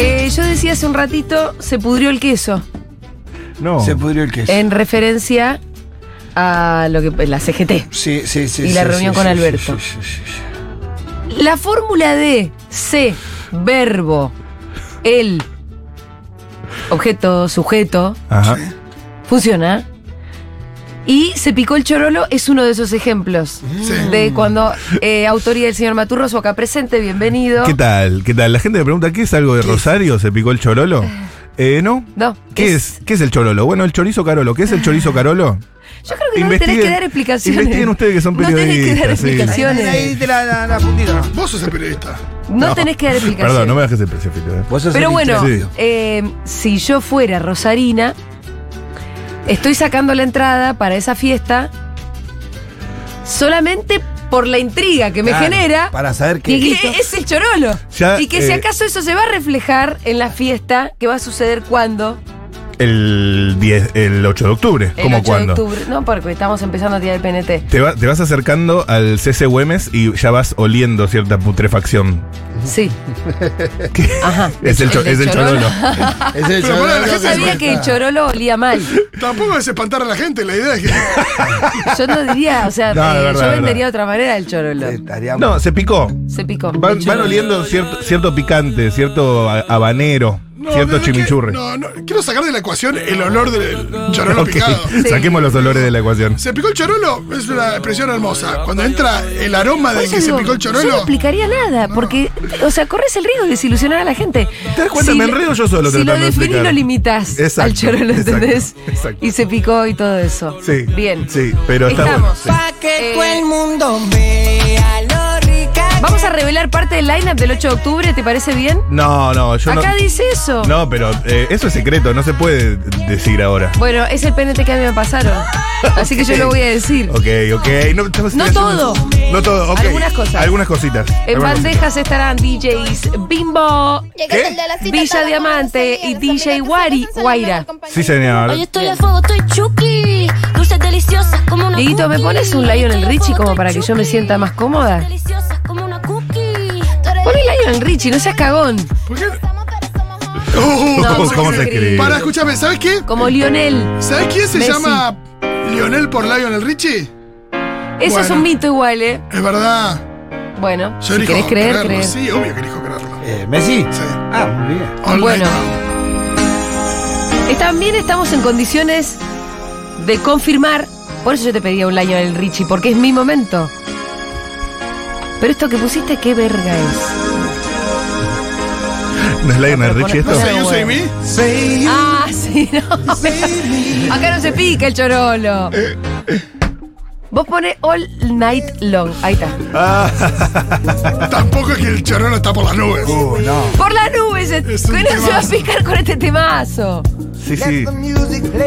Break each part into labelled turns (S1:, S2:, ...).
S1: eh, hace un ratito se pudrió el queso.
S2: Oh.
S3: No.
S4: Se pudrió el queso.
S1: En referencia a lo que la CGT.
S4: Sí, sí, sí.
S1: Y
S4: sí,
S1: la
S4: sí,
S1: reunión
S4: sí,
S1: con
S4: sí,
S1: Alberto.
S4: sí, sí, sí, sí.
S1: La fórmula de C, verbo, el, objeto, sujeto,
S3: Ajá.
S1: funciona. Y se picó el chorolo es uno de esos ejemplos. De cuando eh, autoría del señor Maturroso acá presente, bienvenido.
S3: ¿Qué tal? ¿Qué tal? La gente me pregunta, ¿qué es algo de Rosario? ¿Se picó el chorolo? Eh, ¿no?
S1: No,
S3: ¿Qué
S1: es-
S3: es? ¿Qué es el chorolo? Bueno, el chorizo carolo. ¿Qué es el chorizo carolo?
S1: Yo creo que no le tenés
S3: Investiguen-
S1: que dar explicaciones.
S3: investiguen ustedes que son
S1: No tenés que dar
S3: periodistas, sí.
S4: Ahí,
S1: explicaciones.
S4: ahí te la, la, la fundieron.
S2: Vos sos el periodista.
S1: No, tenés que dar explicaciones.
S3: Perdón, no me dejes el precio, Fito, eh.
S4: Vos sos
S1: Pero
S4: el
S1: bueno,
S3: intrépido.
S1: eh, si yo fuera Rosarina, estoy sacando la entrada para esa fiesta solamente por la intriga que me
S4: Claro,
S1: genera.
S4: Para saber qué.
S1: Y que es el chorolo.
S3: Ya,
S1: y que si
S3: eh,
S1: acaso eso se va a reflejar en la fiesta que va a suceder cuando.
S3: El, 10, el 8 de octubre.
S1: El
S3: ¿Cómo
S1: 8
S3: cuándo?
S1: de octubre. No, porque estamos empezando el día del PNT.
S3: Te, va- te vas acercando al CC Güemes y ya vas oliendo cierta putrefacción.
S1: Sí. Ajá.
S3: Es el, cho-
S1: del
S3: es el chorolo.
S4: Es el
S2: Pero
S4: chorolo
S2: pará, la
S1: Yo
S2: gente-
S4: que
S1: sabía que el
S4: cuenta.
S1: chorolo olía mal.
S2: Tampoco es espantar a la gente, la idea es que.
S1: Yo no diría, o sea,
S3: No, de
S1: eh,
S3: verdad,
S1: yo
S3: de
S1: vendería de otra manera el chorolo.
S4: Eh, Estaríamos-
S3: No, se picó.
S1: Se picó.
S3: Van,
S1: El
S3: van
S1: chorolo.
S3: oliendo cierto, cierto picante, cierto a- habanero,
S2: No,
S3: cierto
S2: desde que-
S3: chimichurri.
S2: no, no, quiero sacar de la ecuación el olor del chorolo
S3: Ok,
S2: picado.
S3: Saquemos los olores de la ecuación.
S2: Se picó el chorolo, es una expresión hermosa. Cuando entra el aroma
S1: Por
S2: de
S1: eso
S2: que se
S1: digo,
S2: picó el
S1: Yo no
S2: chorolo.
S1: explicaría nada, porque, o sea, corres el riesgo de desilusionar a la gente.
S3: ¿Te das cuenta? Me
S1: lo-
S3: enredo yo solo
S1: Si lo
S3: tratando de
S1: definís,
S3: explicar.
S1: lo limitás
S3: Exacto,
S1: al chorolo,
S3: exacto,
S1: ¿entendés?
S3: exacto.
S1: Y se picó y todo eso.
S3: Sí.
S1: Bien.
S3: Sí, pero está bueno.
S1: Estamos.
S3: sí.
S5: Pa' que
S1: Eh,
S5: todo el mundo vea lo rica. que
S1: Vamos a revelar parte del lineup del 8 de octubre, ¿te parece bien?
S3: No, no, yo
S1: Acá
S3: no.
S1: dice eso.
S3: No, pero eh, eso es secreto, no se puede decir ahora.
S1: Bueno, es el PNT que a mí me pasaron. Así que yo lo voy a decir.
S3: Ok, ok. No, estamos-
S1: No todo.
S3: No todo, ok.
S1: Algunas cosas.
S3: Algunas cositas.
S1: En
S3: algunas
S1: bandejas estarán DJs Bimbo,
S3: ¿Qué?
S1: Villa Diamante y DJ Wari, Guaira.
S3: cositas. Sí, señor.
S1: Ah,
S6: Hoy estoy a fuego, estoy chuki. Dulces deliciosas como una
S1: Dieguito, ¿me
S6: cookie.
S1: pones un Lionel Richie como para que yo me sienta más cómoda?
S6: Deliciosas como una cookie.
S1: Poné Lionel Richie, no seas cagón.
S2: ¿Por qué? Oh,
S1: No,
S3: ¿Cómo, cómo se escribe?
S2: Para, escúchame, ¿sabes qué?
S1: Como Lionel.
S2: ¿Sabes quién se
S1: Messi.
S2: llama Lionel por Lionel Richie?
S1: Eso es
S2: Bueno.
S1: un mito igual, ¿eh?
S2: Es verdad.
S1: Bueno,
S2: Yo
S1: si
S2: elijo
S1: querés creer,
S2: creerlo.
S1: creer.
S2: Sí, obvio que elijo creerlo.
S4: Eh, Messi.
S2: Sí.
S4: Ah, muy bien.
S2: All
S1: Bueno.
S2: night long.
S1: Eh, También estamos en condiciones de confirmar. Por eso yo te pedía un Lionel Richie, porque es mi momento. Pero esto que pusiste, qué verga es.
S3: ¿No es Lionel Richie
S2: No
S3: esto?
S2: sé, you say me.
S1: Ah, sí, no. Acá no se pica el chorolo. Vos pones All Night Long. Ahí está.
S2: Tampoco es que el chorolo está por las nubes.
S4: Uh, no.
S1: Por las nubes. eh.
S2: Es un
S1: Que no se va a
S2: temazo.
S1: picar con este temazo.
S3: Sí, sí.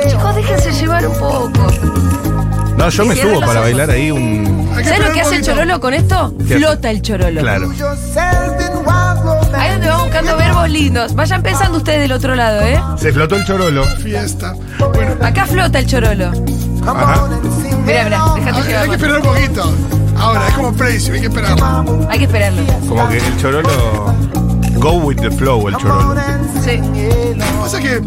S1: Chicos, déjense llevar un poco.
S3: No, yo me
S1: Cierra
S3: subo
S1: los
S3: para
S1: ojos.
S3: bailar ahí un.
S2: Hay
S1: ¿Sabes lo
S2: esperar
S1: que
S2: un
S1: hace el
S2: poquito.
S1: chorolo con esto?
S3: ¿Qué hace?
S1: Flota el chorolo.
S3: Claro.
S1: Ahí donde vamos buscando verbos lindos. Vayan pensando ustedes del otro lado, ¿eh?
S3: Se flotó el chorolo.
S2: Fiesta. Bueno,
S1: Acá flota el chorolo.
S3: Ajá.
S1: Mirá, mirá, déjate
S2: hay, hay
S1: llevar.
S2: que
S1: Manu.
S2: esperar un poquito. Ahora, es como precio, hay que esperar.
S1: Hay que esperarlo.
S3: Como que el chorolo. Go with the flow, el chorolo.
S1: Sí.
S2: Pasa que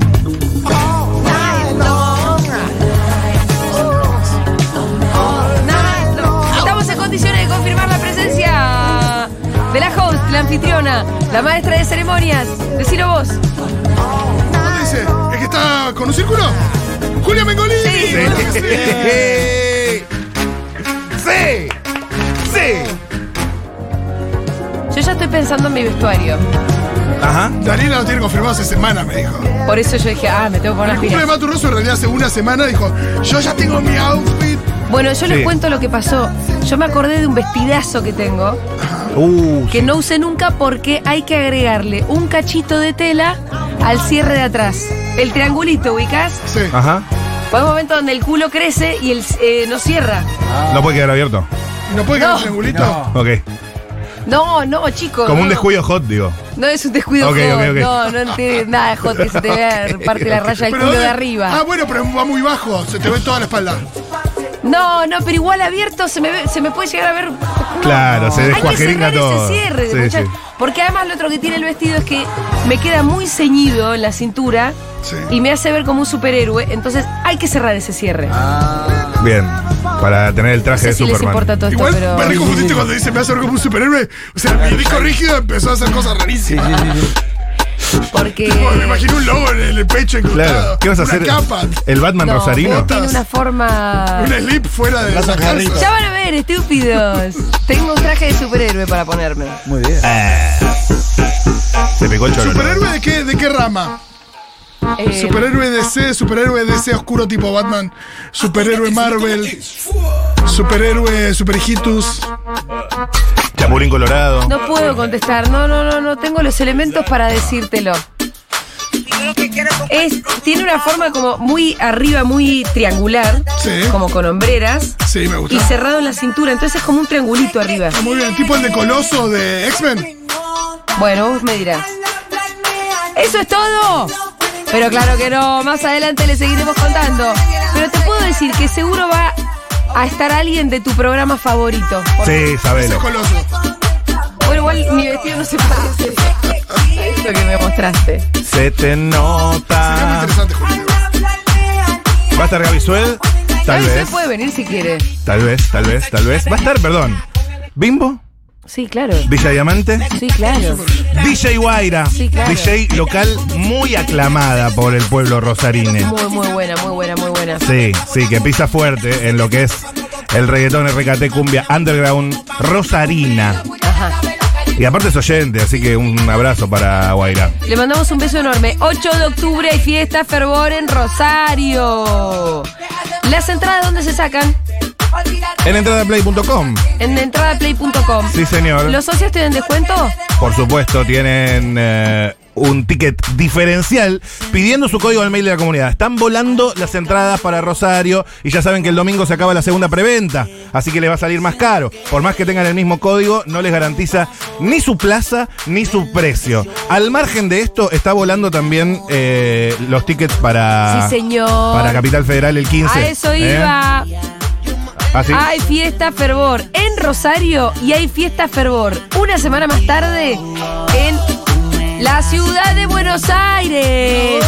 S1: Nada, no. Estamos en condiciones de confirmar la presencia de la host, la anfitriona, la maestra de ceremonias. Decilo vos.
S2: ¿Cómo te dice? ¿Es que está con un círculo? ¡Julia Mengolini!
S1: Sí.
S2: Claro que sí.
S3: ¡Sí! ¡Sí!
S1: Yo ya estoy pensando en mi vestuario.
S3: Ajá.
S2: Daniela lo tiene confirmado hace semana, me dijo.
S1: Por eso yo dije, ah, me tengo que poner las
S2: El cumple de
S1: pilas.
S2: Maturroso en realidad hace una semana dijo, yo ya tengo mi outfit.
S1: Bueno, yo les
S3: Sí.
S1: cuento lo que pasó. Yo me acordé de un vestidazo que tengo.
S3: Uh,
S1: que no usé nunca porque hay que agregarle un cachito de tela al cierre de atrás. El triangulito, ubicás.
S2: Sí.
S3: Ajá.
S1: Fue un momento donde el culo crece y el, eh, no cierra.
S3: No puede quedar abierto.
S2: ¿No puede quedar
S1: No.
S2: un triangulito?
S3: Ok.
S1: No, no, chicos.
S3: Como
S1: no.
S3: un descuido hot, digo.
S1: No es un descuido
S3: Ok,
S1: hot.
S3: ok, ok.
S1: No, no tiene nada de hot que se te vea parte de la raya del
S2: Pero
S1: culo de
S3: ah,
S2: ¿dónde-
S1: arriba.
S2: Ah, bueno, pero va muy bajo, se te ve toda la espalda.
S1: No, no, pero igual abierto se me, ve- se me puede llegar a ver. no.
S3: Claro, se
S1: Hay que
S3: descuajeringa
S1: cerrar
S3: todo.
S1: ese cierre.
S3: Sí,
S1: muchachos.
S3: sí.
S1: Porque además lo otro que tiene el vestido es que me queda muy ceñido en la cintura
S2: Sí.
S1: y me hace ver como un superhéroe. Entonces hay que cerrar ese cierre.
S3: Ah, Bien, para tener el
S1: no
S3: traje
S1: sé
S3: de
S1: si les
S3: Superman.
S1: importa todo esto,
S2: Igual
S1: pero.
S2: me reconfundiste cuando dice me hace ver como un superhéroe. O sea, mi disco rígido empezó a hacer cosas rarísimas.
S1: Porque.
S2: Tipo, me imagino un lobo en el pecho
S3: Claro,
S2: incrustado.
S3: ¿qué vas a
S2: una
S3: hacer?
S2: capa,
S3: ¿El Batman
S1: No,
S3: Rosarino?
S1: pero tiene una forma.
S2: un slip fuera de
S4: Plaza
S2: la
S4: Harris.
S2: casa.
S1: Ya van a ver, estúpidos. Tengo un traje de superhéroe para ponerme.
S4: Muy bien.
S3: Se picó el chorro.
S2: ¿Superhéroe de qué, de qué rama?
S1: Eh,
S2: Superhéroe DC, superhéroe DC oscuro tipo Batman, superhéroe Marvel, superhéroe Superhitus.
S3: Chamurín Colorado.
S1: no puedo contestar. No, no, no, no tengo los elementos para decírtelo. Es, tiene una forma como muy arriba, muy triangular,
S2: Sí.
S1: como con hombreras,
S2: Sí, me
S1: y
S2: gusta. Ah,
S1: cerrado en la cintura, entonces es como un triangulito arriba.
S2: Muy bien, tipo el de Coloso de X-Men.
S1: Bueno, vos me dirás. ¡Eso es todo! Pero claro que no, más adelante le seguiremos contando. Pero te puedo decir que seguro va a estar alguien de tu programa favorito.
S3: Sí,
S2: Ese es
S3: sabelo.
S2: Coloso.
S1: Bueno, igual mi vestido no se parece a esto que me mostraste.
S3: Se te
S1: Ah.
S2: Es muy
S3: nota.
S2: interesante, Julio.
S3: ¿Va a estar Gaby Suel? Tal
S1: Gaby,
S3: vez.
S1: usted puede venir si quiere.
S3: Tal vez, tal vez, tal vez. Va a estar, perdón. ¿Bimbo?
S1: Sí, claro.
S3: ¿Villa Diamante?
S1: Sí, claro.
S3: DJ Guaira.
S1: Sí, claro.
S3: DJ local muy aclamada por el pueblo rosarine.
S1: Muy, muy buena, muy buena, muy buena.
S3: Sí, sí, que pisa fuerte en lo que es el reggaetón, RKT, cumbia, underground, rosarina.
S1: Ajá.
S3: Y aparte es oyente, así que un abrazo para Guaira.
S1: Le mandamos un beso enorme. 8 de octubre hay fiesta fervor en Rosario. Las entradas, ¿dónde se sacan?
S3: En entradaplay.com.
S1: En entradaplay.com.
S3: Sí, señor.
S1: ¿Los socios tienen descuento?
S3: Por supuesto, tienen eh, un ticket diferencial pidiendo su código al mail de la comunidad. Están volando las entradas para Rosario y ya saben que el domingo se acaba la segunda preventa, así que le va a salir más caro. Por más que tengan el mismo código, no les garantiza ni su plaza ni su precio. Al margen de esto, está volando también eh, los tickets para,
S1: sí, señor.
S3: para Capital Federal el 15.
S1: A eso
S3: ¿eh? ¿Ah,
S1: iba.
S3: Así.
S1: Hay fiesta fervor en Rosario y hay fiesta fervor una semana más tarde en la ciudad de Buenos Aires.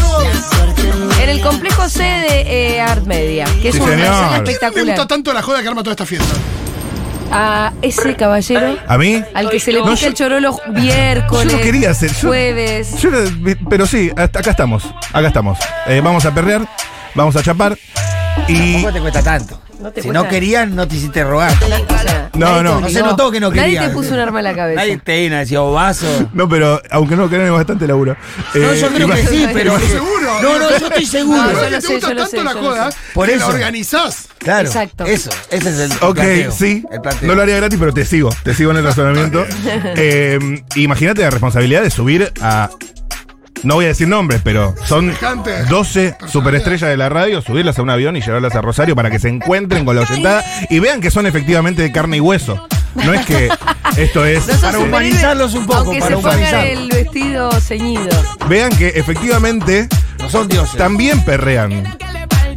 S1: En el complejo C de eh, Art Media, que es
S3: Sí,
S1: un
S3: señor.
S1: paisaje
S2: Me gusta
S1: espectacular.
S2: tanto la joda que arma toda esta fiesta.
S1: A ese caballero
S3: ¿A mí?
S1: al que se le
S3: No,
S1: pica
S3: yo-
S1: el chorolo miércoles,
S3: Yo no quería hacer. yo-
S1: jueves.
S3: yo no- pero sí, hasta acá estamos. Acá estamos. Eh, vamos a perrear, vamos a chapar. Y.
S4: Tampoco te cuesta tanto.
S1: No te
S4: si
S1: cuesta.
S4: no querían, no te hiciste rogar.
S1: O sea,
S3: No,
S1: nadie te
S3: no.
S1: obligó.
S4: No se notó que no quería.
S1: Nadie te puso un arma en la cabeza.
S4: Nadie te vino a decir, "Oh, vaso.
S3: No, pero aunque no queremos bastante laburo.
S4: No,
S3: Eh,
S4: yo creo que
S3: igual-
S4: sí, pero.
S2: Estoy seguro.
S4: No, no, yo estoy seguro.
S1: No,
S2: La verdad
S1: yo
S2: que
S1: lo
S2: te
S1: sé,
S2: gusta
S1: yo lo
S2: tanto
S1: sé,
S2: la
S1: yo lo
S2: joda
S1: sé.
S4: Por
S2: que la
S4: eso.
S2: organizás.
S4: Claro.
S1: Exacto.
S4: Eso, ese es el.
S3: Ok,
S4: planteo,
S3: sí.
S4: el planteo.
S3: No lo haría gratis, pero te sigo. Te sigo en el razonamiento. Eh, Imagínate la responsabilidad de subir a. No voy a decir nombres, pero son
S2: Semejante.
S3: 12 superestrellas de la radio, subirlas a un avión y llevarlas a Rosario para que se encuentren con la oyentada y vean que son efectivamente de carne y hueso. No es que esto es...
S1: No sos
S4: Para
S1: superhéroe,
S4: humanizarlos un poco,
S1: Aunque
S4: para
S1: se pongan
S4: humanizarlos.
S1: el vestido ceñido.
S3: Vean que efectivamente
S4: No son dioses.
S3: también perrean.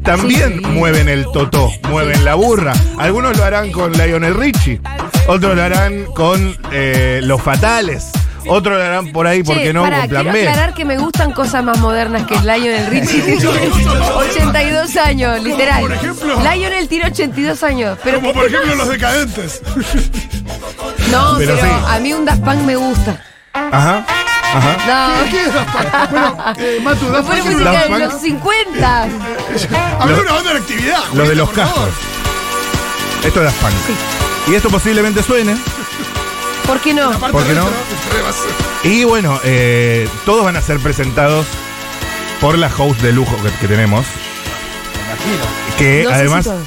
S3: También
S1: Sí.
S3: mueven el totó, mueven la burra. Algunos lo harán con Lionel Richie, otros lo harán con eh, Los Fatales, otros lo harán por ahí, porque
S1: Che,
S3: no,
S1: pará,
S3: con Plan
S1: quiero
S3: B.
S1: aclarar que me gustan cosas más modernas que el Lionel Richie. que tiene 82 años, literal.
S2: por ejemplo.
S1: Lionel tiene 82 años. Pero,
S2: Como por ejemplo los decadentes.
S1: no,
S3: Pero
S1: pero,
S3: sí.
S1: a mí un Daft Punk me gusta.
S3: Ajá, ajá.
S1: No,
S2: ¿Qué es Daft Punk? Bueno, eh, Matu,
S1: me
S2: Daft
S1: pone
S2: Punk es
S1: música
S3: Daft
S1: de
S3: Punk.
S1: los 50.
S2: una- Habla de una onda de actividad.
S3: Lo de
S2: Julieta,
S3: los
S2: por favor.
S3: cascos. Esto es las punk. Y esto posiblemente suene.
S1: ¿Por qué no?
S2: Aparte
S3: ¿Por qué
S2: de
S3: no?
S2: esto,
S3: Y bueno, eh, todos van a ser presentados por la host de lujo que, que tenemos. Que
S1: No sé si
S3: además,
S1: todo.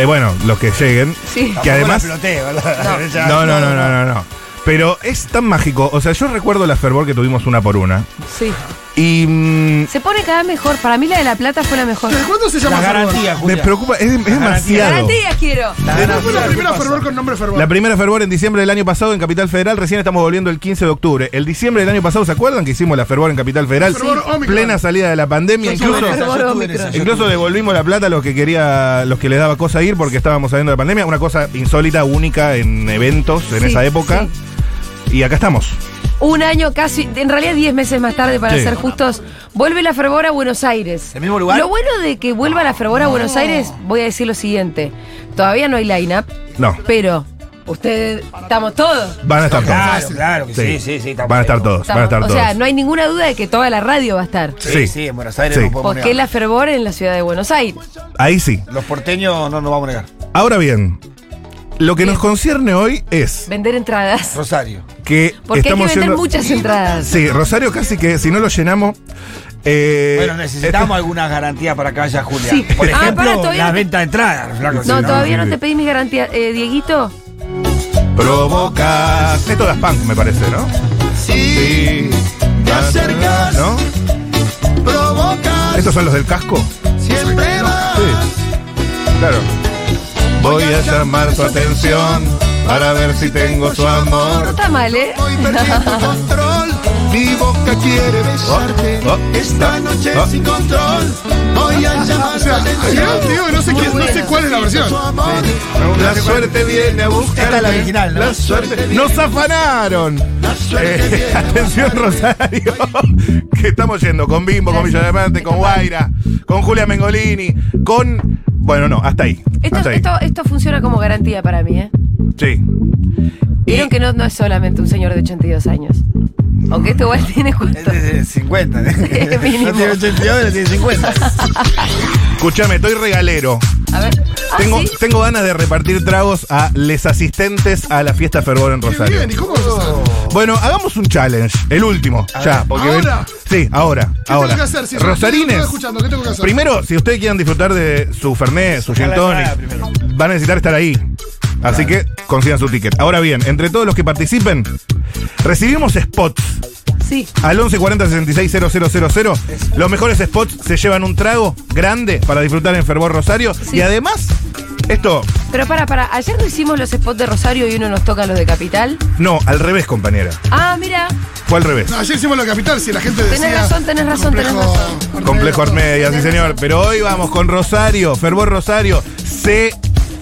S3: eh, bueno, los que lleguen,
S1: Sí.
S3: que además No, no, no, no, no, no. Pero es tan mágico. O sea, yo recuerdo la fervor que tuvimos una por una.
S1: Sí.
S3: Y mm,
S1: Se pone cada vez mejor. Para mí la de La Plata fue la mejor.
S2: ¿Desde cuándo se llama
S4: La
S2: Fervor?
S4: garantía,
S3: me
S4: Julia.
S3: preocupa, es, es demasiado.
S1: Garantías quiero.
S4: La
S2: ¿Cuándo
S4: garantía,
S2: fue la
S4: ¿qué
S2: primera
S4: pasa?
S2: Fervor con nombre Fervor?
S3: La primera Fervor en diciembre del año pasado en Capital Federal, recién estamos volviendo el 15 de octubre. El diciembre del año pasado, ¿se acuerdan que hicimos la Fervor en Capital Federal?
S2: Fervor Omicron.
S3: plena salida de la pandemia,
S4: Yo tuve
S3: incluso...
S4: esa, yo
S1: Fervor
S4: tuve esa,
S1: Omicron.
S4: yo
S3: Incluso
S4: tuve esa.
S3: devolvimos la plata a los que quería, los que les daba cosa ir porque estábamos saliendo de la pandemia, una cosa insólita, única en eventos en
S1: Sí,
S3: esa época. Y acá estamos.
S1: Un año casi, en realidad 10 meses más tarde, para
S3: Sí.
S1: ser justos, vuelve la fervor a Buenos Aires.
S4: ¿El mismo lugar?
S1: Lo bueno de que vuelva la fervor a Buenos Aires, voy a decir lo siguiente. Todavía no hay line-up,
S3: No,
S1: pero ustedes estamos todos.
S3: van a estar todos.
S4: Claro, claro que sí, sí, sí, estamos
S3: Van a estar
S4: ahí.
S3: todos, van a estar
S1: Estamos-
S3: todos.
S1: o sea, no hay ninguna duda de que toda la radio va a estar.
S4: Sí,
S3: Sí.
S4: sí, en Buenos Aires
S3: Sí.
S4: no podemos
S1: Porque
S4: negar.
S1: la fervor en la ciudad de Buenos Aires.
S3: Ahí sí.
S4: Los porteños no nos vamos a negar.
S3: Ahora bien, lo que nos concierne hoy es
S1: Vender entradas.
S4: Rosario.
S3: que
S1: Porque hay que
S3: estamos
S1: vender
S3: siendo-
S1: muchas entradas.
S3: Sí, Rosario casi que si no lo llenamos. eh,
S4: Bueno, necesitamos algunas garantías para que haya Julia.
S1: Sí.
S4: Por
S1: Ah, pará,
S4: ejemplo,
S1: todavía
S4: la
S1: no-
S4: venta de entradas. flaco, sí,
S1: No, todavía
S3: sí,
S1: no
S3: sí.
S1: te pedí mis garantías. Eh, Dieguito,
S3: Provocas. Esto es punk, me parece, ¿no? Sí. Te acercas. ¿No? Provocas. ¿Estos son los del casco? Siempre Sí. Claro. Voy a llamar tu atención para ver si tengo tu
S1: no
S3: amor.
S1: está mal, ¿eh?
S7: Mi boca quiere besarte
S3: Oh, oh,
S7: esta
S3: oh,
S7: noche
S3: oh. Ah,
S7: sin control. Voy a llamar
S2: O sea, al final te digo que no sé, quién- no sé cuál es la versión.
S3: La suerte viene a buscar.
S4: Esta es la original, ¿no?
S3: La suerte. ¡Nos afanaron! Eh, atención, Rosario. que estamos yendo con Bimbo, con Villa de Mante, con Guaira, con Julia Mengolini, con. Bueno, no, hasta ahí.
S1: Esto,
S3: hasta ahí.
S1: esto, esto funciona como garantía para mí, ¿eh?
S3: Sí.
S1: Vieron que no, no es solamente un señor de 82 años. Aunque este igual tiene
S4: Es
S1: cuánto.
S4: de 50. ¿eh?
S1: mínimo.
S4: No tiene 82, no tiene 50.
S3: Escúchame, estoy regalero.
S1: A ver. Ah,
S3: Tengo,
S1: ¿sí?
S3: tengo ganas de repartir tragos a les asistentes a la fiesta Fervor en
S2: Qué
S3: Rosario.
S2: bien, ¿y cómo vas a hacer?
S3: Bueno, hagamos un challenge, el último, ya. Porque
S2: ¿Ahora?
S3: Sí, ahora.
S2: ¿Qué
S3: ahora.
S2: tengo que hacer? Si yo estoy
S3: Rosarines.
S2: escuchando, ¿qué tengo que hacer?
S3: Primero, si ustedes quieren disfrutar de su Fernet, su gin
S4: la
S3: tonic,
S4: entrada primero.
S3: van a necesitar estar ahí. Así que consigan su ticket. Ahora bien, entre todos los que participen, recibimos spots
S1: Sí.
S3: al 1140 66 000. Los mejores spots se llevan un trago grande para disfrutar en Fervor Rosario.
S1: Sí.
S3: Y además, esto,
S1: Pero para, para. Ayer no hicimos los spots de Rosario y uno nos toca los de Capital.
S3: no, al revés, compañera.
S1: Ah, mira.
S3: Fue al revés.
S2: No, ayer hicimos la capital, si la gente
S1: Tenés
S2: decía...
S1: razón, tenés razón, tenés
S2: complejo-
S1: razón.
S3: Complejo Armedia, sí señor. Pero hoy vamos con Rosario, Fervor Rosario, C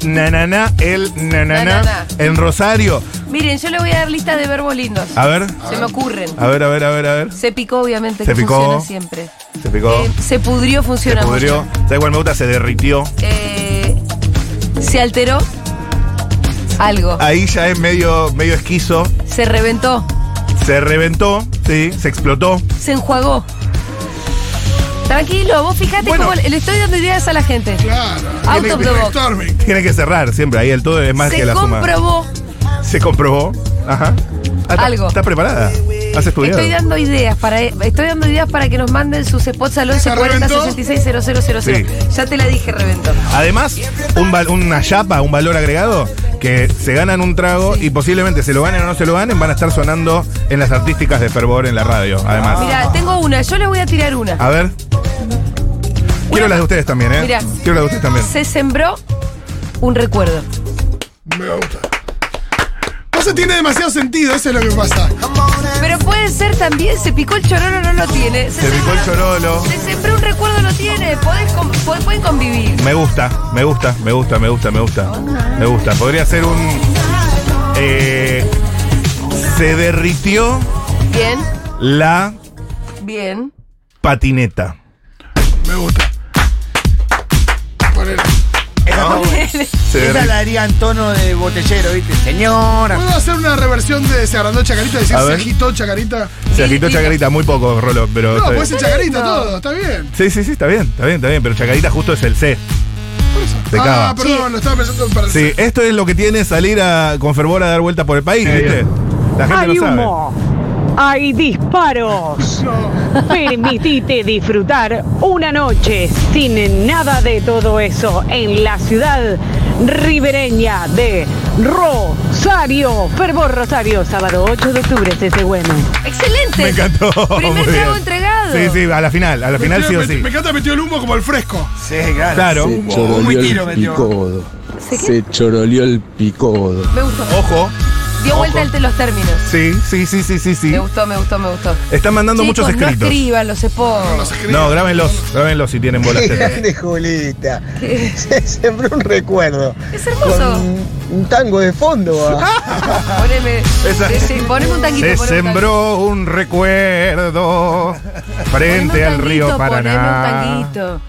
S3: nananá, el nananá
S1: Nananá.
S3: en Rosario.
S1: Miren, yo le voy a dar lista de verbos lindos.
S3: A ver,
S1: Se me ocurren.
S3: a ver, a ver, a ver, a ver.
S1: Se picó, obviamente,
S3: Se
S1: que
S3: picó.
S1: funciona siempre.
S3: Se picó,
S1: Eh, se pudrió,
S3: se
S1: funciona
S3: pudrió.
S1: mucho.
S3: ¿Sabes cuál me gusta? Se derritió.
S1: Eh, se alteró. Algo.
S3: Ahí ya es medio, medio esquizo.
S1: Se reventó.
S3: Se reventó, sí, se explotó.
S1: Se enjuagó. Tranquilo, vos fijate
S3: Bueno.
S1: cómo le le estoy dando ideas a la gente.
S2: Claro.
S1: Out of the box.
S2: Stormy.
S3: Tiene que cerrar siempre, ahí el todo es más que
S1: Se
S3: la suma.
S1: comprobó.
S3: Se comprobó. Ajá. Ah, está-
S1: Algo.
S3: ¿Estás preparada? ¿Has estudiado?
S1: Estoy dando ideas para eh, estoy dando ideas para que nos manden sus spots al 11 40 66 000.
S3: Sí.
S1: Ya te la dije, reventó.
S3: Además, un val- una chapa, un valor agregado, que se ganan un trago y posiblemente se lo ganen o no se lo ganen, van a estar sonando en las artísticas de fervor en la radio, además.
S1: Mira, tengo una, yo les voy a tirar una.
S3: A ver. Quiero las de ustedes también, ¿eh?
S1: Mirá.
S3: Quiero las de ustedes también.
S1: Se sembró un recuerdo.
S2: Me gusta. Pasa, tiene demasiado sentido, eso es lo que pasa.
S1: Pero puede ser también, se picó el chorolo, no lo tiene.
S3: Se picó el
S1: sembró-
S3: chorolo.
S1: Se sembró un recuerdo, lo tiene. Podés con- pod- pueden convivir.
S3: Me gusta, me gusta, me gusta, me gusta, me gusta. Me gusta. Podría ser un. eh, se derritió
S1: Bien,
S3: la
S1: bien.
S3: patineta.
S2: Me gusta. Ponele.
S3: Se
S4: Esa
S3: derritió.
S4: la haría en tono de botellero, ¿viste? Señora.
S2: ¿Puedo hacer una reversión de se agrandó Chacarita y decir
S3: A
S2: se
S3: ver.
S2: agitó Chacarita?
S3: Se agitó
S1: Sí, sí.
S3: Chacarita muy poco, Rolo, pero.
S2: No, pues
S3: está bien.
S2: puede ser Chacarita
S1: No.
S2: todo, está bien.
S3: Sí, sí, sí, está bien, está bien, está bien, pero Chacarita justo es el C. Te
S2: Ah,
S3: cava.
S2: perdón, lo estaba pensando para el
S3: Sí, esto es lo que tiene salir a, con fervor a dar vuelta por el país, ¿viste? La gente
S8: Hay
S3: lo sabe.
S8: humo, hay disparos. Permitite disfrutar una noche sin nada de todo eso en la ciudad ribereña de Rosario, Fervor Rosario, sábado 8 de octubre, desde bueno.
S1: ¡Excelente!
S3: Me encantó. muy
S1: Primer
S3: bien.
S1: trago entregado.
S3: Sí, sí, a la final, a la final sí o sí.
S2: Me encanta metió el humo como el fresco.
S4: Sí, claro.
S3: Claro.
S9: Se
S4: muy
S9: choroleó
S4: tiro
S9: el
S4: metió.
S9: picodo.
S1: ¿Se qué?
S9: Se choroleó el picodo.
S1: Me gustó.
S3: Ojo.
S1: Dio vuelta el, los términos.
S3: Sí, sí, sí, sí, sí, sí.
S1: Me gustó, me gustó, me gustó.
S3: Están mandando
S1: Chicos,
S3: muchos
S1: No
S3: escritos.
S1: escriban los spoilers.
S3: No, grábenlos, grábenlos si tienen bolas. tetas.
S10: Julita.
S1: Qué-
S10: Se sembró un recuerdo.
S1: Es hermoso.
S10: un tango de fondo.
S1: Poneme,
S3: Esa-
S1: sí, sí, poneme un tanguito.
S3: Se
S1: poneme un
S3: sembró un recuerdo
S1: tanguito.
S3: frente
S1: Poneme un
S3: al río
S1: tanguito,
S3: Paraná.
S1: Poneme un tanguito.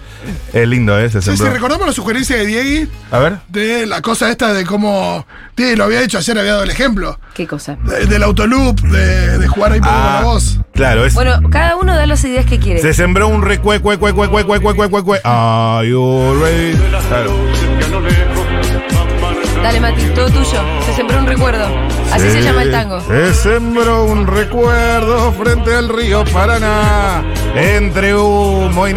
S3: Es lindo, ¿eh? Se
S2: Sí, sí,
S3: sembró.
S2: recordamos la sugerencia de Diegui
S3: A ver.
S2: de la cosa esta de cómo. Diegui lo había hecho ayer, había dado el ejemplo.
S1: Qué cosa.
S2: de- del autoloop, de, de jugar ahí por
S3: Ah,
S2: la voz.
S3: claro, es.
S1: Bueno, eh. cada uno da las ideas que quiere.
S3: Se sembró un recue, cue, cue, cue, cue, cue, cue, cue, cue, cue. Are you ready? Claro.
S1: Dale, Mati, todo tuyo. Se sembró un recuerdo. Así se
S3: Sí.
S1: llama el tango.
S3: Eh, Se sembró un recuerdo frente al río Paraná, entre humo y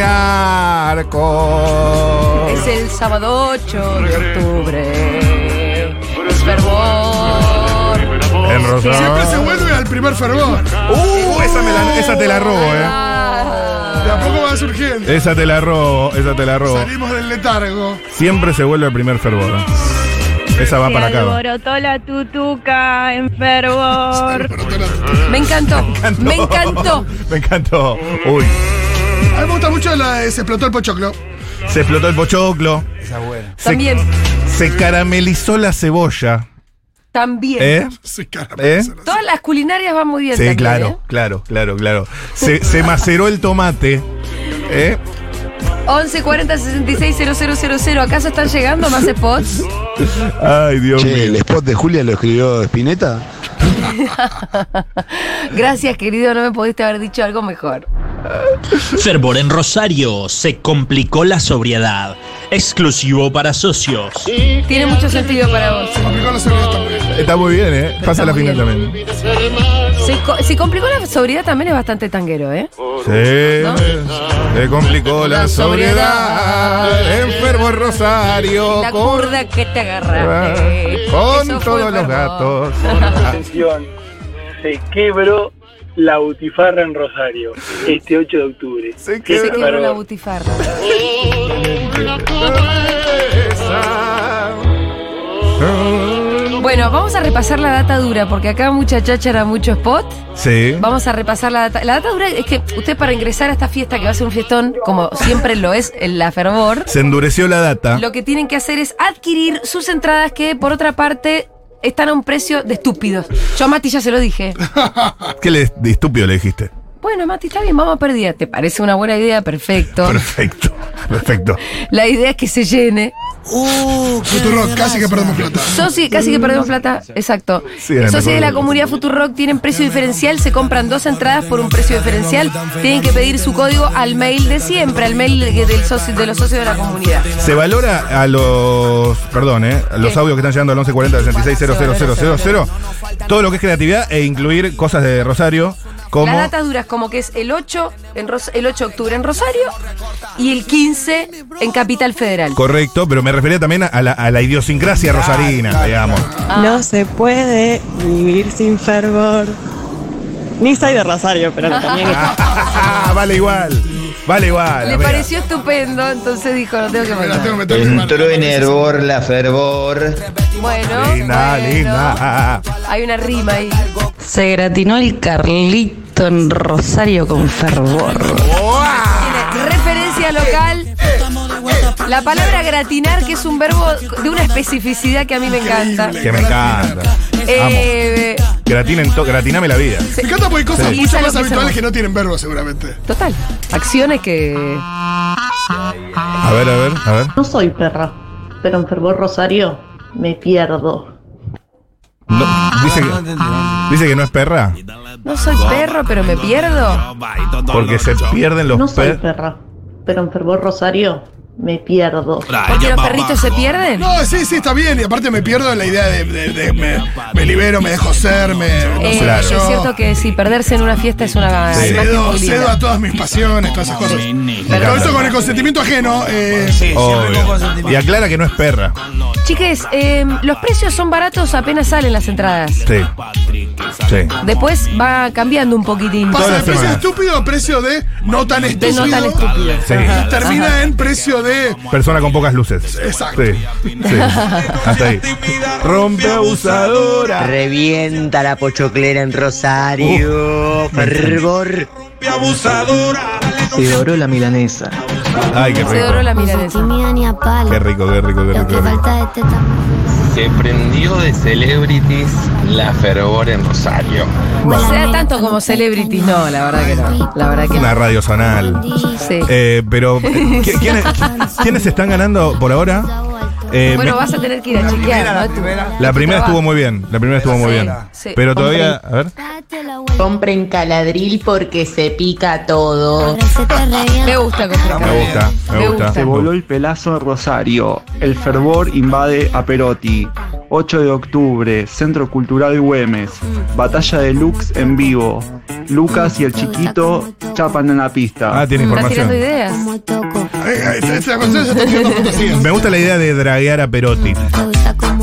S3: narco.
S1: Es el sábado 8 de octubre. Es fervor.
S3: En
S2: Siempre se
S3: Rosario.
S2: vuelve al primer fervor.
S3: Uh, esa, me la- esa te la robo, eh.
S2: De
S1: Ah.
S2: a poco va surgiendo.
S3: Esa te la robo, esa te la robo.
S2: Salimos del letargo.
S3: Siempre se vuelve el primer fervor. eh. Esa va para acá.
S8: la tutuca en fervor.
S2: Pero te la-
S1: Me encantó.
S3: Ah,
S1: Me encantó.
S3: Me encantó. Uy.
S2: A mí me gusta mucho la de se explotó el pochoclo.
S3: Se explotó el pochoclo. Se-
S1: También.
S3: Se caramelizó la cebolla.
S1: También.
S3: ¿Eh?
S2: Sí, caramba.
S3: ¿Eh?
S1: Todas las culinarias van muy bien.
S3: Sí,
S1: también, ¿eh?
S3: claro, claro, claro, claro. Se, se maceró el tomate.
S1: ¿eh?
S3: ¿eh?
S1: 11 40 66 000. ¿Acaso están llegando más spots?
S3: Ay, Dios
S9: Che, el
S3: mío.
S9: spot de Julia lo escribió Spinetta.
S1: Gracias, querido. No me pudiste haber dicho algo mejor.
S11: Fervor en Rosario, se complicó la sobriedad. Exclusivo para socios.
S1: Tiene mucho sentido para vos.
S2: Aplicó la seguridad también.
S3: Está muy bien, ¿eh? Pasa
S1: Está
S3: la
S1: muy
S3: final
S1: bien.
S3: también.
S1: Se, co- se complicó la sobriedad también, es bastante tanguero, ¿eh?
S3: Se,
S1: ¿No?
S3: se complicó la sobriedad. Enfermo el Rosario.
S1: La
S3: con-
S1: curda que te agarraste.
S3: Con
S1: Eso fue
S3: todos los
S1: fervor.
S3: gatos.
S10: Atención. Se quebró la butifarra en Rosario. Este 8 de octubre.
S3: Se
S1: Que se
S3: quebró
S1: quebró la butifarra.
S3: la cabeza.
S1: Bueno, vamos a repasar la data dura, porque acá mucha cháchara, mucho spot.
S3: Sí.
S1: Vamos a repasar la data. La data dura es que usted para ingresar a esta fiesta, que va a ser un fiestón, como siempre lo es en la fervor,
S3: Se endureció la data.
S1: lo que tienen que hacer es adquirir sus entradas que, por otra parte, están a un precio de estúpidos. Yo a Mati ya se lo dije.
S3: ¿Qué le, de estúpido le dijiste?
S1: Bueno, Mati, está bien, vamos a pérdida. ¿Te parece una buena idea? Perfecto.
S3: Perfecto. Perfecto.
S1: La idea es que se llene.
S2: Futurock, casi que perdemos plata.
S1: Soci, casi que perdemos plata. Exacto.
S3: Sí, era
S1: Socios de
S3: mejor.
S1: la comunidad Futurock tienen precio diferencial. Se compran dos entradas por un precio diferencial. Tienen que pedir su código al mail de siempre, al mail de, del socio- de los socios de la comunidad.
S3: Se valora a los. Perdón, ¿eh? A los
S1: ¿Qué?
S3: audios que están llegando al 1140 Todo lo que es creatividad e incluir cosas de Rosario. Como.
S1: Las datas duras como que es el 8, en Ros- el 8 de octubre en Rosario y el 15 en Capital Federal.
S3: Correcto, pero me refería también a la, a la idiosincrasia rosarina, digamos.
S8: No se puede vivir sin fervor. Ni soy de Rosario, pero también
S3: vale igual. Vale igual.
S1: Le
S3: amiga.
S1: pareció estupendo, entonces dijo, no tengo que
S2: Me la tengo que
S1: mandar.
S2: meter en mi mano.
S10: hervor la fervor.
S1: Bueno,
S3: Linda,
S1: bueno.
S3: linda.
S1: Hay una rima ahí.
S5: Se gratinó el Carlito en Rosario con fervor.
S1: Tiene referencia local. La palabra gratinar, que es un verbo de una especificidad que a mí me encanta.
S3: Que me encanta. Amo.
S1: Eh,
S3: Gratinen to- gratiname la vida.
S2: Me encanta porque hay cosas
S1: Sí.
S2: mucho
S1: Hice lo
S2: más
S1: que
S2: habituales
S1: hice.
S2: que no tienen verbo, seguramente.
S1: total, acciones que...
S3: A ver, a ver, a ver.
S8: No soy perra, pero en fervor Rosario me pierdo.
S3: No, dice,
S4: Ah,
S12: Ah,
S3: que, dice que no es perra.
S1: No soy perro, pero me pierdo.
S3: Porque se pierden los
S8: No soy
S3: perros.
S8: perra, pero en fervor Rosario
S13: me pierdo.
S1: ¿Porque los perritos se pierden?
S2: Ah, No, sí, sí, está bien. Y aparte me pierdo en la idea de, de- de- me, me libero, me dejo ser, me. No
S1: Eh,
S2: sé, yo
S1: Es cierto que sí, perderse en una fiesta es una. imagen
S2: cedo,
S1: muy linda.
S2: cedo a todas mis pasiones, todas esas cosas. Pero eso con el consentimiento ajeno. eh,
S3: Obvio. Oh, Y aclara que no es perra.
S1: Chiques, eh, los precios son baratos apenas salen las entradas.
S3: Sí. Sí.
S1: Después va cambiando un poquitín.
S2: Pasa de
S3: las
S2: precio
S3: semanas.
S2: estúpido a precio de no tan
S1: De
S2: estúpido.
S1: no tan estúpido.
S3: Sí.
S2: Y termina en precio de.
S3: Persona con pocas luces.
S2: Exacto.
S3: Sí. Sí. Hasta ahí. Rompe abusadora.
S12: Revienta la pochoclera en Rosario. Fervor.
S3: abusadora.
S12: Se doró la milanesa.
S3: Ay, qué
S1: Se
S3: rico.
S1: doró la milanesa.
S3: Qué rico, qué rico, qué rico. qué rico.
S6: este
S14: Se prendió de celebrities la fervor en Rosario.
S1: No Pues sea tanto como celebrity, no, la verdad que no. La verdad que
S3: Una
S1: no.
S3: radio zonal.
S1: Sí.
S3: Eh, pero, eh, ¿qui- ¿quiénes, quiénes están ganando por ahora? Eh,
S1: bueno,
S3: me-
S1: vas a tener que ir a chequear, ¿no?
S3: la primera estuvo muy bien. La primera estuvo
S1: Sí,
S3: muy bien.
S1: sí.
S3: Pero todavía. A ver.
S15: Compren caladril porque se pica todo.
S1: Ah, Me gusta comprar.
S3: Me gusta, me gusta.
S16: Se voló el pelazo en Rosario. El fervor invade a Perotti. 8 de octubre, Centro Cultural Güemes. Batalla de Lux en vivo. Lucas y el chiquito chapan en la pista.
S3: Ah, tiene
S1: Mm, Estás
S3: información.
S1: tirando ideas.
S2: eh,
S3: Me gusta la idea de draguear a Perotti.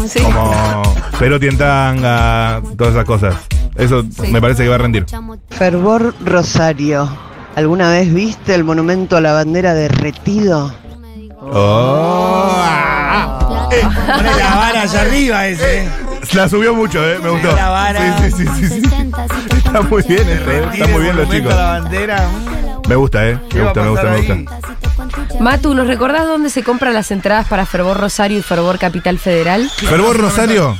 S1: Sí.
S3: Como Perotti en tanga, todas esas cosas. Eso me parece que va a rendir.
S17: Fervor Rosario. ¿Alguna vez viste el monumento a la bandera derretido?
S3: Oh.
S4: Pone la vara allá arriba
S3: Eh,
S4: ese.
S3: La subió mucho, ¿eh? Me gustó.
S4: La vara.
S3: Sí, sí, sí, sí, sí. Está muy bien, este, ¿eh? Está muy bien los chicos.
S4: La bandera.
S3: Me gusta, ¿eh? Me gusta, me gusta, me gusta.
S1: Matu, ¿nos recordás dónde se compran las entradas para Fervor Rosario y Fervor Capital Federal?
S3: Fervor Rosario.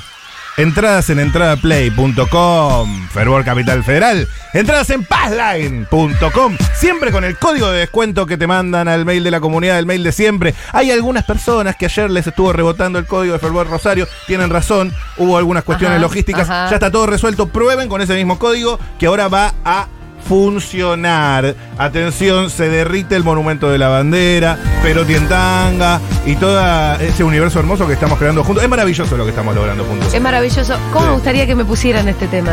S3: Entradas en entradaplay.com. Fervor Capital Federal. Entradas en passline.com. Siempre con el código de descuento que te mandan al mail de la comunidad, el mail de siempre. Hay algunas personas que ayer les estuvo rebotando el código de Fervor Rosario. Tienen razón. Hubo algunas cuestiones
S1: Ajá,
S3: logísticas.
S1: ajá.
S3: Ya está todo resuelto. Prueben con ese mismo código que ahora va a funcionar. Atención, se derrite el monumento de la bandera, pero tientanga y todo ese universo hermoso que estamos creando juntos. Es maravilloso lo que estamos logrando juntos.
S1: Es maravilloso. ¿Cómo me gustaría que me pusieran este tema?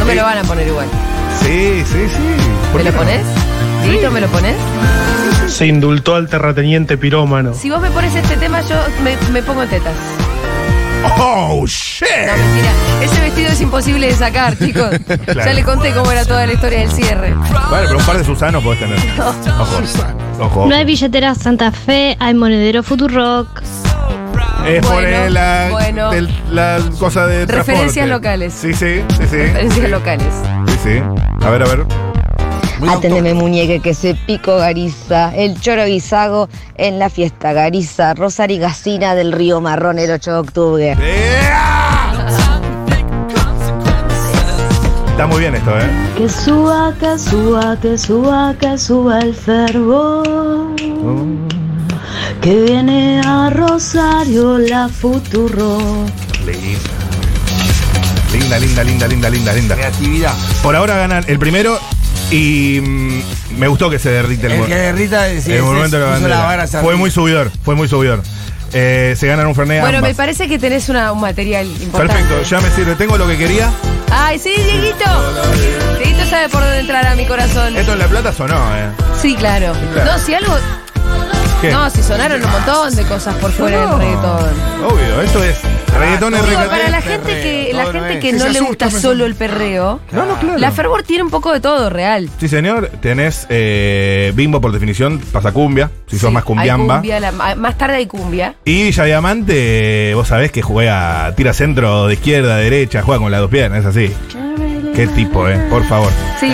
S1: No me lo van a poner igual.
S3: Sí, sí, sí.
S1: ¿Me lo pones? ¿Dieguito, me lo pones?
S18: Se indultó al terrateniente pirómano.
S1: Si vos me pones este tema, yo me, me pongo en tetas.
S3: ¡Oh, shit!
S1: No, mentira. Ese vestido es imposible de sacar, chicos. Ya le conté cómo era toda la historia del cierre.
S3: Vale, pero un par de Susanos podés tener. Ojo. Ojo.
S19: No hay billetera Santa Fe, hay monedero Futurock.
S3: Es
S1: Bueno,
S3: poner la,
S1: bueno.
S3: del- la cosa de
S1: Referencias
S3: transporte.
S1: locales.
S3: Sí, sí, sí, sí.
S1: Referencias locales.
S3: Sí, sí. A ver, a ver.
S20: Atendeme muñeque que se pico Gariza, el choro guisago en la fiesta Gariza, Rosario Gacina del Río Marrón el 8 de octubre.
S3: Está muy bien esto, ¿eh?
S21: Que suba, que suba, que suba, que suba el fervor. Que viene a Rosario la futuro.
S3: Linda. Linda, linda, linda, linda, linda, linda. Creatividad. Por ahora ganan el primero y mm, me gustó que se derrite el,
S4: El
S3: mon-
S4: que derrita es-
S3: el
S4: es-
S3: monumento de la
S4: hizo
S3: bandera.
S4: la vara hacia
S3: fue
S4: arriba.
S3: muy subidor, fue muy subidor. Eh, se ganan un Fernet
S1: Bueno, me
S3: ambas.
S1: parece que tenés una- un material importante.
S3: Perfecto, ya me sirve. Tengo lo que quería.
S1: Ay, sí, Dieguito. Dieguito sabe por dónde entrar a mi corazón.
S3: ¿Esto en La Plata sonó, eh?
S1: Sí, claro.
S3: claro.
S1: No, si algo.
S3: ¿Qué?
S1: No, si sonaron un montón de cosas por fuera del reggaetón.
S3: Obvio, esto es reggaetón eh, es
S1: Digo,
S3: reggaetón.
S1: Ah, para la gente que, la gente que
S3: Sí,
S1: no
S3: se
S1: le gusta
S3: asusta,
S1: solo el perreo, la fervor tiene un poco de todo real.
S3: Sí, señor. Tenés eh, bimbo por definición, pasacumbia, si sos más
S1: Hay
S3: cumbiamba.
S1: cumbia, la- a- más tarde hay cumbia.
S3: Y Villa Diamante, eh, vos sabés que juega, tira centro de izquierda, de derecha, juega con las dos piernas, es así. Qué tipo, eh, por favor.
S1: Sí.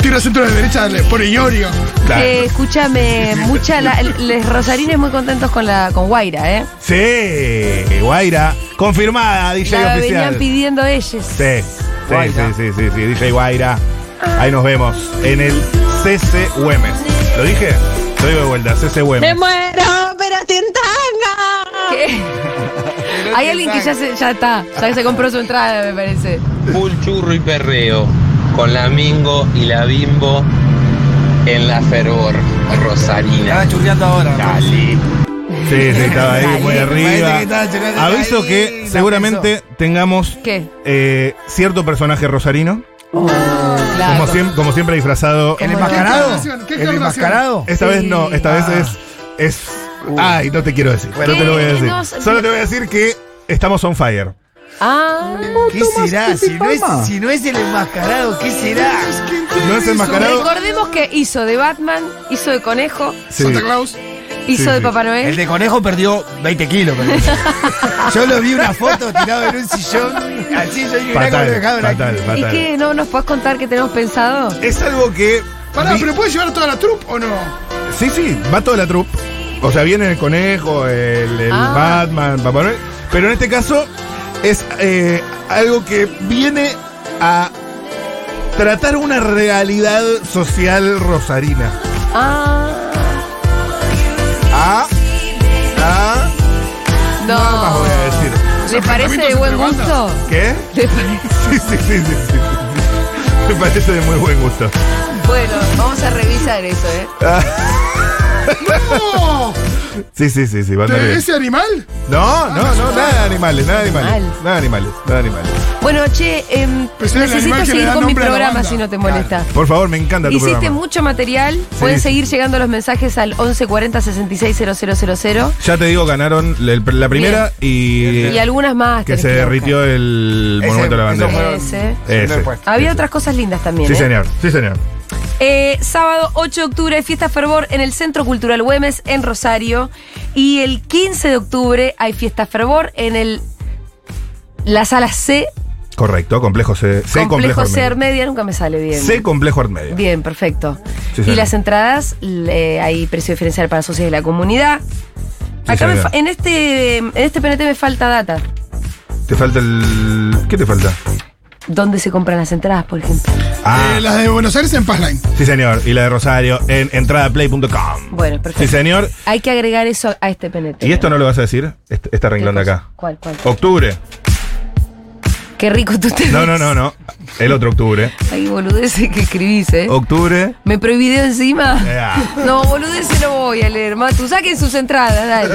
S2: Tira centro de derecha, le pone Iorio.
S3: Claro.
S1: Eh, escúchame, mucha la- les rosarines muy contentos con la con Guaira, ¿eh?
S3: Sí, Guaira, confirmada, DJ
S1: La venían
S3: oficial. Sí,
S1: pidiendo ellos.
S3: sí, sí,
S1: Guaira.
S3: sí, sí, sí, DJ Guaira. Ahí nos vemos en el CC Güemes. ¿Lo dije? Lo digo de vuelta, CC Güemes.
S1: muero, pero tanga. Hay alguien que ya, se- ya está, ya se compró su entrada, me parece.
S14: Full churro y perreo. Con la mingo y la bimbo en la fervor rosarina.
S4: Estaba churreando ahora.
S14: Dale.
S3: Sí, sí, estaba ahí muy
S4: Dale.
S3: arriba.
S4: Parece que estaba chorando
S3: Aviso
S4: ahí,
S3: que
S4: la
S3: seguramente tengamos
S1: ¿Qué?
S3: eh, cierto personaje rosarino. Como, siempre, como siempre disfrazado.
S4: ¿El enmascarado? ¿El enmascarado? Ah. Uh.
S3: Esta vez no, esta vez es. es Ay, no te quiero decir.
S4: Bueno.
S3: no te lo voy a
S4: ¿Qué?
S3: decir.
S4: No,
S3: Solo te voy a decir que estamos on fire.
S1: Ah,
S4: ¿Qué será? Si no, es, si no es el enmascarado, ¿qué será?
S3: No es enmascarado.
S1: Recordemos que hizo de Batman, hizo de conejo,
S3: Sí. Santa
S2: Claus.
S1: hizo
S4: Sí,
S1: de
S4: sí.
S1: Papá Noel.
S4: El de conejo perdió 20 kilos. pero- yo lo vi una foto tirado en un sillón. Así yo dije, mirá cómo
S3: Fatal,
S4: lo dejaron aquí.
S3: fatal,
S1: ¿Y
S3: fatal.
S1: qué? ¿No nos podés contar qué tenemos pensado?
S3: Es algo que.
S2: Pará,
S3: vi-
S2: pero ¿puedes llevar toda la troupe o no?
S3: Sí, sí, va toda la troupe. O sea, viene el conejo, el, el
S2: Ah.
S3: Batman, Papá Noel. Pero en este caso es eh, algo que viene a tratar una realidad social rosarina.
S1: Ah,
S3: Ah, ah, nada más voy
S1: no.
S3: a decir.
S1: ¿Le parece de buen gusto?
S3: ¿Qué?
S1: ¿Le parece?
S3: Sí, sí, sí, sí, sí. Me parece de muy buen gusto. Ah,
S1: Bueno, vamos a revisar eso, ¿eh?
S2: ¡No!
S3: Sí, sí, sí, sí, va a andar
S2: ¿De
S3: bien.
S2: ¿Ese animal?
S3: No, no, no, nada de animales, nada de animales.
S1: Animal.
S3: Nada de animales, nada de animales.
S1: Bueno, che, em,
S2: Pues era el animal
S1: necesito
S2: que le
S1: seguir
S2: da
S1: con mi
S2: nombre a la
S1: programa
S2: banda.
S1: si no te molesta.
S3: Por favor, me encanta tu
S1: Hiciste
S3: programa.
S1: mucho material, pueden seguir llegando los mensajes al 1140 660000
S3: Ya te digo, ganaron la, la primera y,
S1: y algunas más.
S3: que
S1: tenés
S3: se
S1: buscar.
S3: derritió el
S4: Ese-
S3: monumento a la
S4: esos
S3: bandera.
S4: fueron-
S1: Ese.
S3: Ese.
S1: Había otras cosas lindas también.
S3: Sí,
S1: ¿eh?
S3: señor, sí, señor.
S1: Eh, sábado 8 de octubre, fiesta fervor en el Centro Cultural Güemes, en Rosario. Y el 15 de octubre hay fiesta fervor en el la sala C,
S3: Correcto, complejo C. C complejo
S1: complejo C
S3: Armedia.
S1: Armedia, nunca me sale bien.
S3: C complejo Armedia.
S1: Bien, perfecto.
S3: Sí,
S1: y
S3: señor.
S1: las entradas, le- hay precio diferencial para socios de la comunidad. Acá me
S3: señora.
S1: fa- en este en este PNT me falta data.
S3: Te falta el. ¿Qué te falta?
S1: ¿Dónde se compran las entradas, por ejemplo?
S3: Ah,
S2: Eh, las de Buenos Aires en Passline.
S3: sí, señor. Y la de Rosario en entradaplay.com.
S1: Bueno,
S3: Sí,
S1: perfecto.
S3: señor.
S1: Hay que agregar eso a- a este PNT.
S3: ¿Y esto no lo vas a decir? Este, este renglón de acá.
S1: ¿Cuál, cuál?
S3: Octubre.
S1: Qué rico tú te
S3: No,
S1: ves.
S3: no, no, no. El otro octubre.
S1: Ay, boludeces que escribís, ¿eh?
S3: Octubre.
S1: ¿Me prohibido encima?
S3: Oh. Eh, ah.
S1: No, boludeces no voy a leer, Matu. Saquen sus entradas, dale.